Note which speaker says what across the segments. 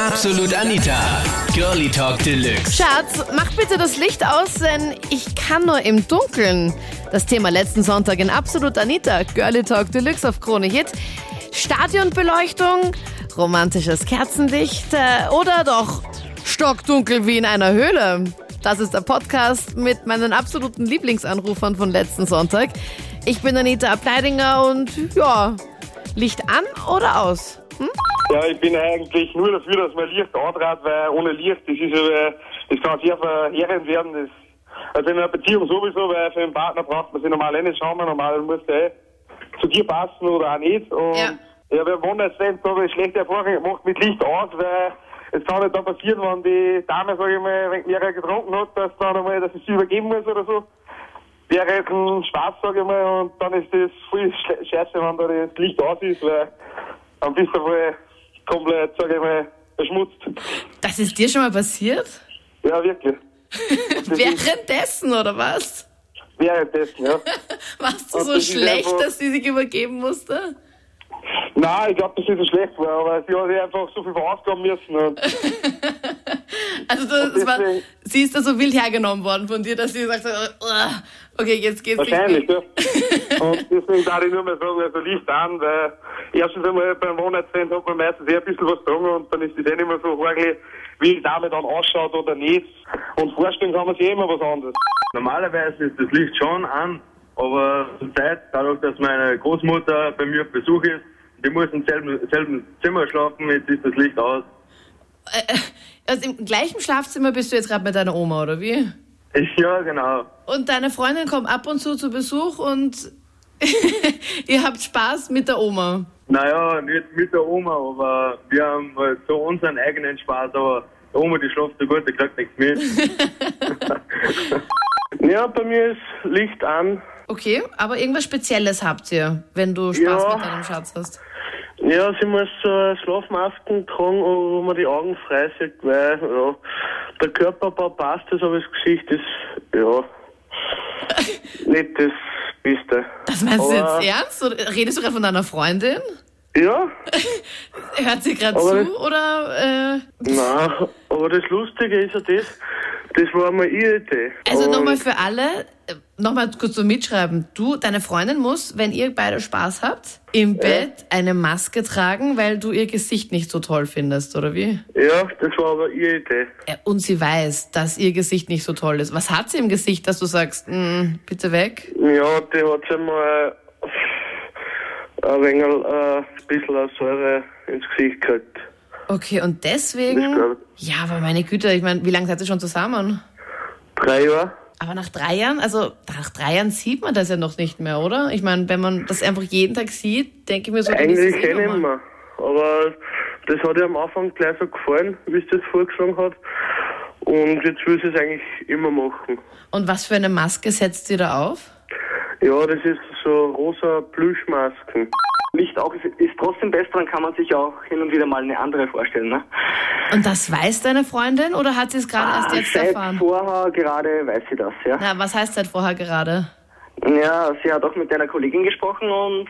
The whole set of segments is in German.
Speaker 1: Absolut Anita. Girlie Talk Deluxe.
Speaker 2: Schatz, mach bitte das Licht aus, denn ich kann nur im Dunkeln. Das Thema letzten Sonntag in Absolut Anita, Girlie Talk Deluxe auf Krone Hit. Stadionbeleuchtung, romantisches Kerzenlicht äh, oder doch stockdunkel wie in einer Höhle. Das ist der Podcast mit meinen absoluten Lieblingsanrufern von letzten Sonntag. Ich bin Anita Ableidinger und ja, Licht an oder aus?
Speaker 3: Ja, ich bin eigentlich nur dafür, dass man Licht antrat, weil ohne Licht, das ist ja, äh, das kann sehr verheerend werden. Das, also in einer Beziehung sowieso, weil für einen Partner braucht man sich normal eh nicht schauen, weil normal muss der eh zu dir passen oder auch nicht. Und
Speaker 2: Ja.
Speaker 3: ja, wir wollen jetzt nicht, habe ich schlechte Erfahrungen gemacht mit Licht aus, weil es kann nicht da passieren, wenn die Dame, sage ich mal, wenn mehrere getrunken hat, dass dann einmal, dass sie sich übergeben muss oder so. Wäre jetzt ein Spaß, sage ich mal, und dann ist das voll schle- scheiße, wenn da das Licht aus ist, weil dann bist du voll komplett, sage ich mal, verschmutzt.
Speaker 2: Das ist dir schon mal passiert?
Speaker 3: Ja, wirklich.
Speaker 2: Währenddessen oder was?
Speaker 3: Währenddessen, ja.
Speaker 2: Warst du
Speaker 3: Ob
Speaker 2: so
Speaker 3: das nicht
Speaker 2: schlecht,
Speaker 3: einfach-
Speaker 2: dass sie sich übergeben musste?
Speaker 3: Nein, ich glaube, dass sie so schlecht war, aber sie hat sich einfach so viel verausgaben müssen. Und
Speaker 2: Also das, das war,
Speaker 3: deswegen-
Speaker 2: sie ist da so wild hergenommen worden von dir, dass sie gesagt hat, "Uah, okay, jetzt geht's nicht
Speaker 3: wahrscheinlich,
Speaker 2: mehr." Äh,
Speaker 3: ja. Und deswegen darf ich nur mal sagen, also Licht an, weil erstens einmal beim Monatsend hat man meistens eh ein bisschen was getrunken und dann ist das eh nicht mehr so hagelig, wie die Dame dann ausschaut oder nicht. Und vorstellen kann man sich eh immer was anderes.
Speaker 4: Normalerweise ist das Licht schon an, aber zurzeit, dadurch, dass meine Großmutter bei mir auf Besuch ist, die muss im selben, selben Zimmer schlafen, jetzt ist das Licht aus.
Speaker 2: Also im gleichen Schlafzimmer bist du jetzt gerade mit deiner Oma, oder wie?
Speaker 4: Ja, genau.
Speaker 2: Und deine Freundin kommt ab und zu zu Besuch und ihr habt Spaß mit der Oma.
Speaker 4: Naja, nicht mit der Oma, aber wir haben äh, so unseren eigenen Spaß, aber die Oma, die schläft so gut, die kriegt nichts mit.
Speaker 5: Ja, bei mir ist Licht an.
Speaker 2: Okay, aber irgendwas Spezielles habt ihr, wenn du Spaß
Speaker 5: Ja.
Speaker 2: mit deinem Schatz hast.
Speaker 5: Ja, sie muss so eine Schlafmasken tragen, wo man die Augen frei sieht, weil ja, der Körperbau passt das, aber das Gesicht ist ja nicht das Beste.
Speaker 2: Das meinst du
Speaker 5: Aber-
Speaker 2: jetzt ernst? Oder redest du gerade von deiner Freundin?
Speaker 5: Ja,
Speaker 2: Hört sie gerade
Speaker 5: Aber-
Speaker 2: zu oder äh,
Speaker 5: na, aber das Lustige ist ja das, das war mal ihre Idee.
Speaker 2: Also
Speaker 5: Und-
Speaker 2: nochmal für alle, äh, nochmal kurz zum Mitschreiben. Du, deine Freundin muss, wenn ihr beide Spaß habt, im Bett eine Maske tragen, weil du ihr Gesicht nicht so toll findest, oder wie?
Speaker 5: Ja, das war aber ihre Idee.
Speaker 2: Äh, Und sie weiß, dass ihr Gesicht nicht so toll ist. Was hat sie im Gesicht, dass du sagst, "Mm, bitte weg?
Speaker 5: Ja, die hat sich mal äh, ein wenig, äh, ein bisschen Säure ins Gesicht gekriegt.
Speaker 2: Okay, und
Speaker 5: Ist
Speaker 2: deswegen.
Speaker 5: klar.
Speaker 2: Ja, aber meine Güte, ich meine, wie lange seid ihr schon zusammen?
Speaker 5: Drei Jahre.
Speaker 2: Aber nach drei Jahren, also nach drei Jahren sieht man das ja noch nicht mehr, oder? Ich meine, wenn man das einfach jeden Tag sieht, denke ich mir so, dann ist
Speaker 5: Eigentlich
Speaker 2: das eh
Speaker 5: eh nicht
Speaker 2: normal.
Speaker 5: mehr. Aber das hat ihr am Anfang gleich so gefallen, wie sie das vorgeschlagen hat. Und jetzt will sie es eigentlich immer machen.
Speaker 2: Und was für eine Maske setzt ihr da auf?
Speaker 5: Ja, das ist so rosa Plüschmasken.
Speaker 6: Licht auch ist, ist trotzdem besser, dann kann man sich auch hin und wieder mal eine andere vorstellen. Ne?
Speaker 2: Und das weiß deine Freundin oder hat sie es gerade erst Ah, jetzt
Speaker 6: Seit
Speaker 2: erfahren?
Speaker 6: vorher gerade weiß sie das, ja.
Speaker 2: Na, was heißt seit vorher gerade?
Speaker 6: Ja, sie hat auch mit einer Kollegin gesprochen und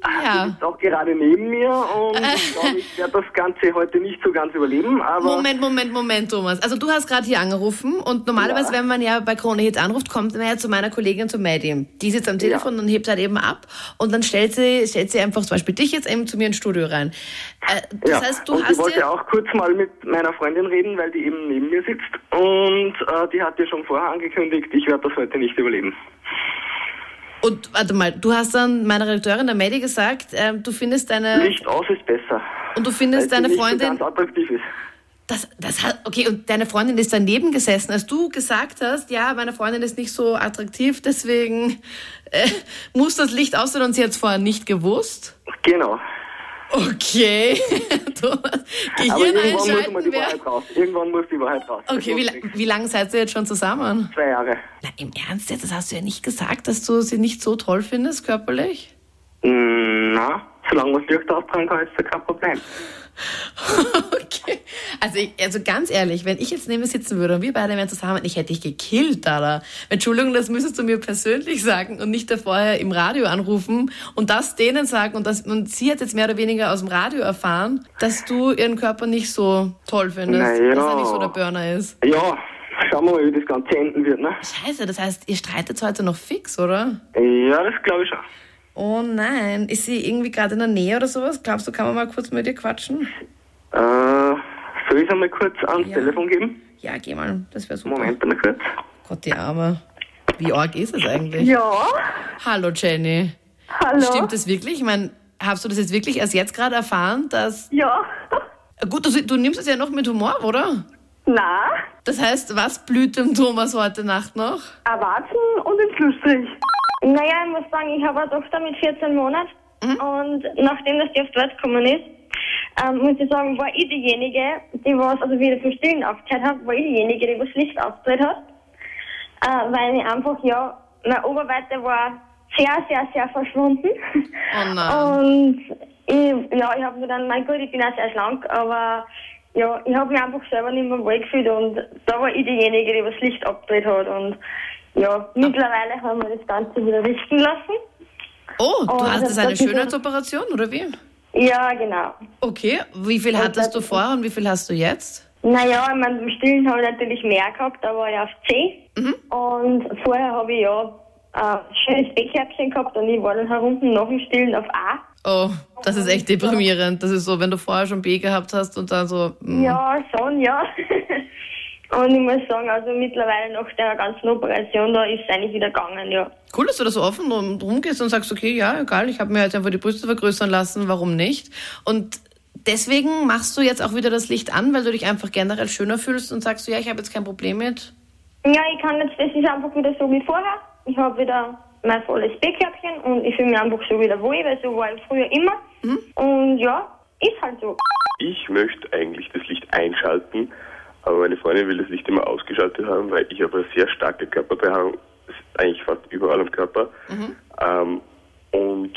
Speaker 2: Ah, Ja.
Speaker 6: ist auch gerade neben mir und ich glaube, ich werde das Ganze heute nicht so ganz überleben, aber
Speaker 2: Moment, Moment, Moment, Thomas. Also du hast gerade hier angerufen und normalerweise, wenn man ja bei Krone Hits anruft, kommt man ja zu meiner Kollegin, zu Maddie. Die sitzt am Telefon und hebt halt eben ab und dann stellt sie, stellt sie einfach zum Beispiel dich jetzt eben zu mir ins Studio rein. Äh, das
Speaker 6: ja.
Speaker 2: heißt, du
Speaker 6: und ich
Speaker 2: hast
Speaker 6: wollte
Speaker 2: dir...
Speaker 6: auch kurz mal mit meiner Freundin reden, weil die eben neben mir sitzt und äh, die hat ja schon vorher angekündigt, ich werde das heute nicht überleben.
Speaker 2: Und warte mal, du hast dann meiner Redakteurin, der Maddie, gesagt, äh, du findest deine...
Speaker 6: Licht aus ist besser.
Speaker 2: Und du findest
Speaker 6: weil sie
Speaker 2: deine
Speaker 6: nicht
Speaker 2: Freundin...
Speaker 6: So ganz attraktiv ist.
Speaker 2: Das, das hat, okay, und deine Freundin ist daneben gesessen, als du gesagt hast, ja, meine Freundin ist nicht so attraktiv, deswegen äh, muss das Licht aus sein und sie hat es vorher nicht gewusst.
Speaker 6: Genau.
Speaker 2: Okay, Thomas,
Speaker 6: Aber
Speaker 2: Gehirn
Speaker 6: irgendwann muss immer
Speaker 2: einschalten
Speaker 6: die
Speaker 2: wäre...
Speaker 6: Wahrheit raus. Irgendwann muss die Wahrheit raus.
Speaker 2: Okay, wie, la- wie lange seid ihr jetzt schon zusammen?
Speaker 6: Zwei Jahre.
Speaker 2: Na, im Ernst jetzt, das hast du ja nicht gesagt, dass du sie nicht so toll findest, körperlich?
Speaker 6: Na, solange man das Licht auftragen kann, ist da kein Problem.
Speaker 2: Okay, Also, ich, also ganz ehrlich, wenn ich jetzt neben mir sitzen würde und wir beide wären zusammen, ich hätte dich gekillt, Dada. Entschuldigung, das müsstest du mir persönlich sagen und nicht da vorher im Radio anrufen und das denen sagen. Und, das, und sie hat jetzt mehr oder weniger aus dem Radio erfahren, dass du ihren Körper nicht so toll findest,
Speaker 6: Na ja.
Speaker 2: dass er nicht so der Burner ist.
Speaker 6: Ja, schauen wir mal, wie das Ganze enden wird, ne?
Speaker 2: Scheiße, das heißt, ihr streitet heute noch fix, oder?
Speaker 6: Ja, das glaube ich schon.
Speaker 2: Oh nein, ist sie irgendwie gerade in der Nähe oder sowas? Glaubst du, kann man mal kurz mit ihr quatschen?
Speaker 6: Äh, soll ich es einmal kurz ans
Speaker 2: Ja.
Speaker 6: Telefon geben?
Speaker 2: Ja, geh mal, das wäre super.
Speaker 6: Moment mal kurz.
Speaker 2: Gott, die Arme. Wie arg ist es eigentlich?
Speaker 7: Ja,
Speaker 2: Hallo Jenny.
Speaker 7: hallo.
Speaker 2: Stimmt das wirklich? Ich meine, hast du das jetzt wirklich erst jetzt gerade erfahren, dass...
Speaker 7: Ja.
Speaker 2: Gut, du, du nimmst es ja noch mit Humor, oder?
Speaker 7: Na,
Speaker 2: Das heißt, was blüht dem Thomas heute Nacht noch?
Speaker 7: erwarten und ins Lustig.
Speaker 8: Naja, ich muss sagen, ich habe eine Tochter mit 14 Monaten
Speaker 7: Mhm.
Speaker 8: und nachdem das die auf die Welt gekommen ist, ähm, muss ich sagen, war ich diejenige, die was, also wieder zum Stillen aufgehört hat, war ich diejenige, die was Licht aufgedreht hat, äh, weil ich einfach, ja, meine Oberweite war sehr, sehr, sehr verschwunden.
Speaker 2: Oh nein.
Speaker 8: Und ich, ja, ich habe mir dann, mein Gott, ich bin auch sehr schlank, aber ja, ich habe mich einfach selber nicht mehr wohl gefühlt und da war ich diejenige, die was Licht abgedreht hat und ja, mittlerweile haben wir das Ganze wieder richten lassen.
Speaker 2: Oh, du
Speaker 8: Oh,
Speaker 2: hattest
Speaker 8: das-
Speaker 2: eine
Speaker 8: das ist ja-
Speaker 2: Schönheitsoperation, oder wie?
Speaker 8: Ja, genau.
Speaker 2: Okay, wie viel hattest du vorher und wie viel hast du jetzt?
Speaker 8: Naja, ich meine, beim Stillen habe ich natürlich mehr gehabt, da war ich auf 10. Und vorher habe ich ja ein schönes Bäckherbchen gehabt und ich war dann halt herunten nach dem Stillen auf A.
Speaker 2: Oh, das ist echt deprimierend. Das ist so, wenn du vorher schon B gehabt hast und dann so... mm.
Speaker 8: Ja, schon, ja. Und ich muss sagen, also mittlerweile nach der ganzen Operation, da ist es eigentlich wieder gegangen, ja.
Speaker 2: Cool, dass du da so offen drum- rumgehst und sagst, okay, ja, egal, ich habe mir jetzt einfach die Brüste vergrößern lassen, warum nicht? Und deswegen machst du jetzt auch wieder das Licht an, weil du dich einfach generell schöner fühlst und sagst, ja, ich habe jetzt kein Problem mit.
Speaker 8: Ja, ich kann jetzt, das ist einfach wieder so wie vorher. Ich habe wieder mein volles Bäckherbchen und ich fühle mich einfach so wieder wohl, weil so war ich früher immer. Und ja, ist halt so.
Speaker 9: Ich möchte eigentlich das Licht einschalten, aber meine Freundin will das Licht immer ausgeschaltet haben, weil ich habe eine sehr starke Körperbehaarung, ist eigentlich fast überall am Körper. Ähm, und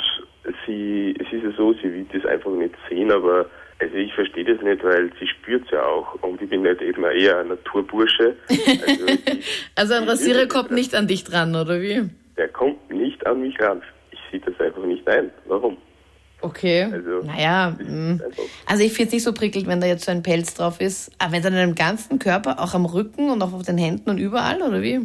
Speaker 9: sie, es ist ja so, sie will das einfach nicht sehen, aber also ich verstehe das nicht, weil sie spürt es ja auch. Und ich bin nicht eben eher ein Naturbursche. Also ich,
Speaker 2: Also ein
Speaker 9: Ich will
Speaker 2: Rasierer
Speaker 9: das
Speaker 2: kommt
Speaker 9: nicht.
Speaker 2: nicht an dich dran, oder wie?
Speaker 9: der kommt nicht an mich ran. Ich sehe das einfach nicht ein. Warum?
Speaker 2: Okay.
Speaker 9: Also,
Speaker 2: naja.
Speaker 9: das ist
Speaker 2: mm.
Speaker 9: einfach-
Speaker 2: Also ich finde es nicht so prickelnd, wenn da jetzt so ein Pelz drauf ist. Aber wenn es an deinem ganzen Körper, auch am Rücken und auch auf den Händen und überall, oder wie?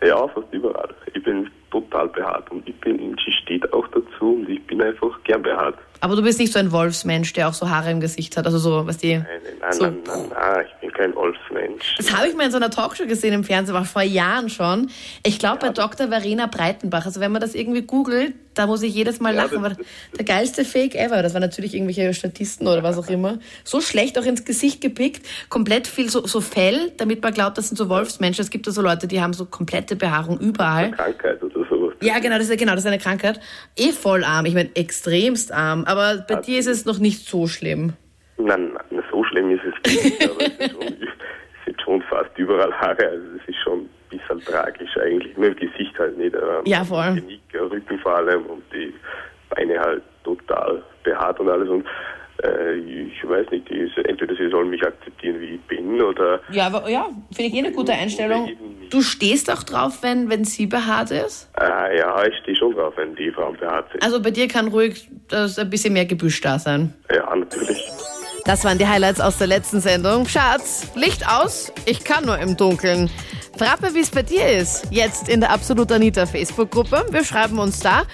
Speaker 9: Ja, fast überall. Ich bin total behaart und ich bin, sie steht auch dazu und ich bin einfach gern behaart.
Speaker 2: Aber du bist nicht so ein Wolfsmensch, der auch so Haare im Gesicht hat. Also so, was die.
Speaker 9: Nein, nein, nein,
Speaker 2: so.
Speaker 9: nein, nein, nein, ich bin kein Wolfsmensch.
Speaker 2: Das habe ich mal in so einer Talkshow gesehen im Fernsehen, war vor Jahren schon. Ich glaube bei Dr. Verena Breitenbach. Also wenn man das irgendwie googelt, da muss ich jedes Mal
Speaker 9: Ja,
Speaker 2: lachen.
Speaker 9: das-
Speaker 2: weil der geilste Fake ever. Das waren natürlich irgendwelche Statisten oder was auch immer. So schlecht auch ins Gesicht gepickt. Komplett viel so, so Fell, damit man glaubt, das sind so Wolfsmenschen. Es gibt ja so Leute, die haben so komplette Behaarung überall.
Speaker 9: Krankheit oder sowas.
Speaker 2: Ja, genau, das ist, genau, das ist eine Krankheit. Eh voll arm. Ich meine, extremst arm. Aber bei
Speaker 9: Also
Speaker 2: dir ist es noch nicht so schlimm.
Speaker 9: Nein, nein, so schlimm ist es nicht, aber es, ist schon, es sind schon fast überall Haare, also es ist schon ein bisschen tragisch eigentlich. Nur im Gesicht halt nicht. Aber
Speaker 2: Ja, voll.
Speaker 9: Die Nicker, Rücken vor allem und die Beine halt total behaart und alles und äh, ich weiß nicht, die, entweder sie sollen mich akzeptieren, wie ich bin oder
Speaker 2: Ja, aber ja, finde ich eh eine gute Einstellung.
Speaker 9: eben nicht.
Speaker 2: Du stehst auch drauf, wenn, wenn sie behaart ist?
Speaker 9: Ah,
Speaker 5: Äh,
Speaker 9: ja, ich stehe schon drauf, wenn die Frauen behaart sind.
Speaker 2: Also bei dir kann ruhig das ein bisschen mehr Gebüsch da sein.
Speaker 9: Ja, natürlich.
Speaker 2: Das waren die Highlights aus der letzten Sendung. Schatz, Licht aus, ich kann nur im Dunkeln. Frag mir, wie es bei dir ist. Jetzt in der Absolut Anita Facebook-Gruppe. Wir schreiben uns da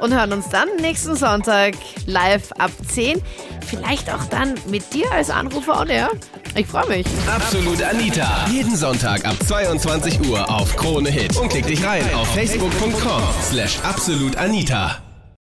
Speaker 2: und hören uns dann nächsten Sonntag live ab 10. Vielleicht auch dann mit dir als Anrufer on air. Ich freue mich.
Speaker 1: Absolut Anita. Jeden Sonntag ab 22 Uhr auf Krone Hit. Und klick dich rein auf facebook.com slash absolutanita.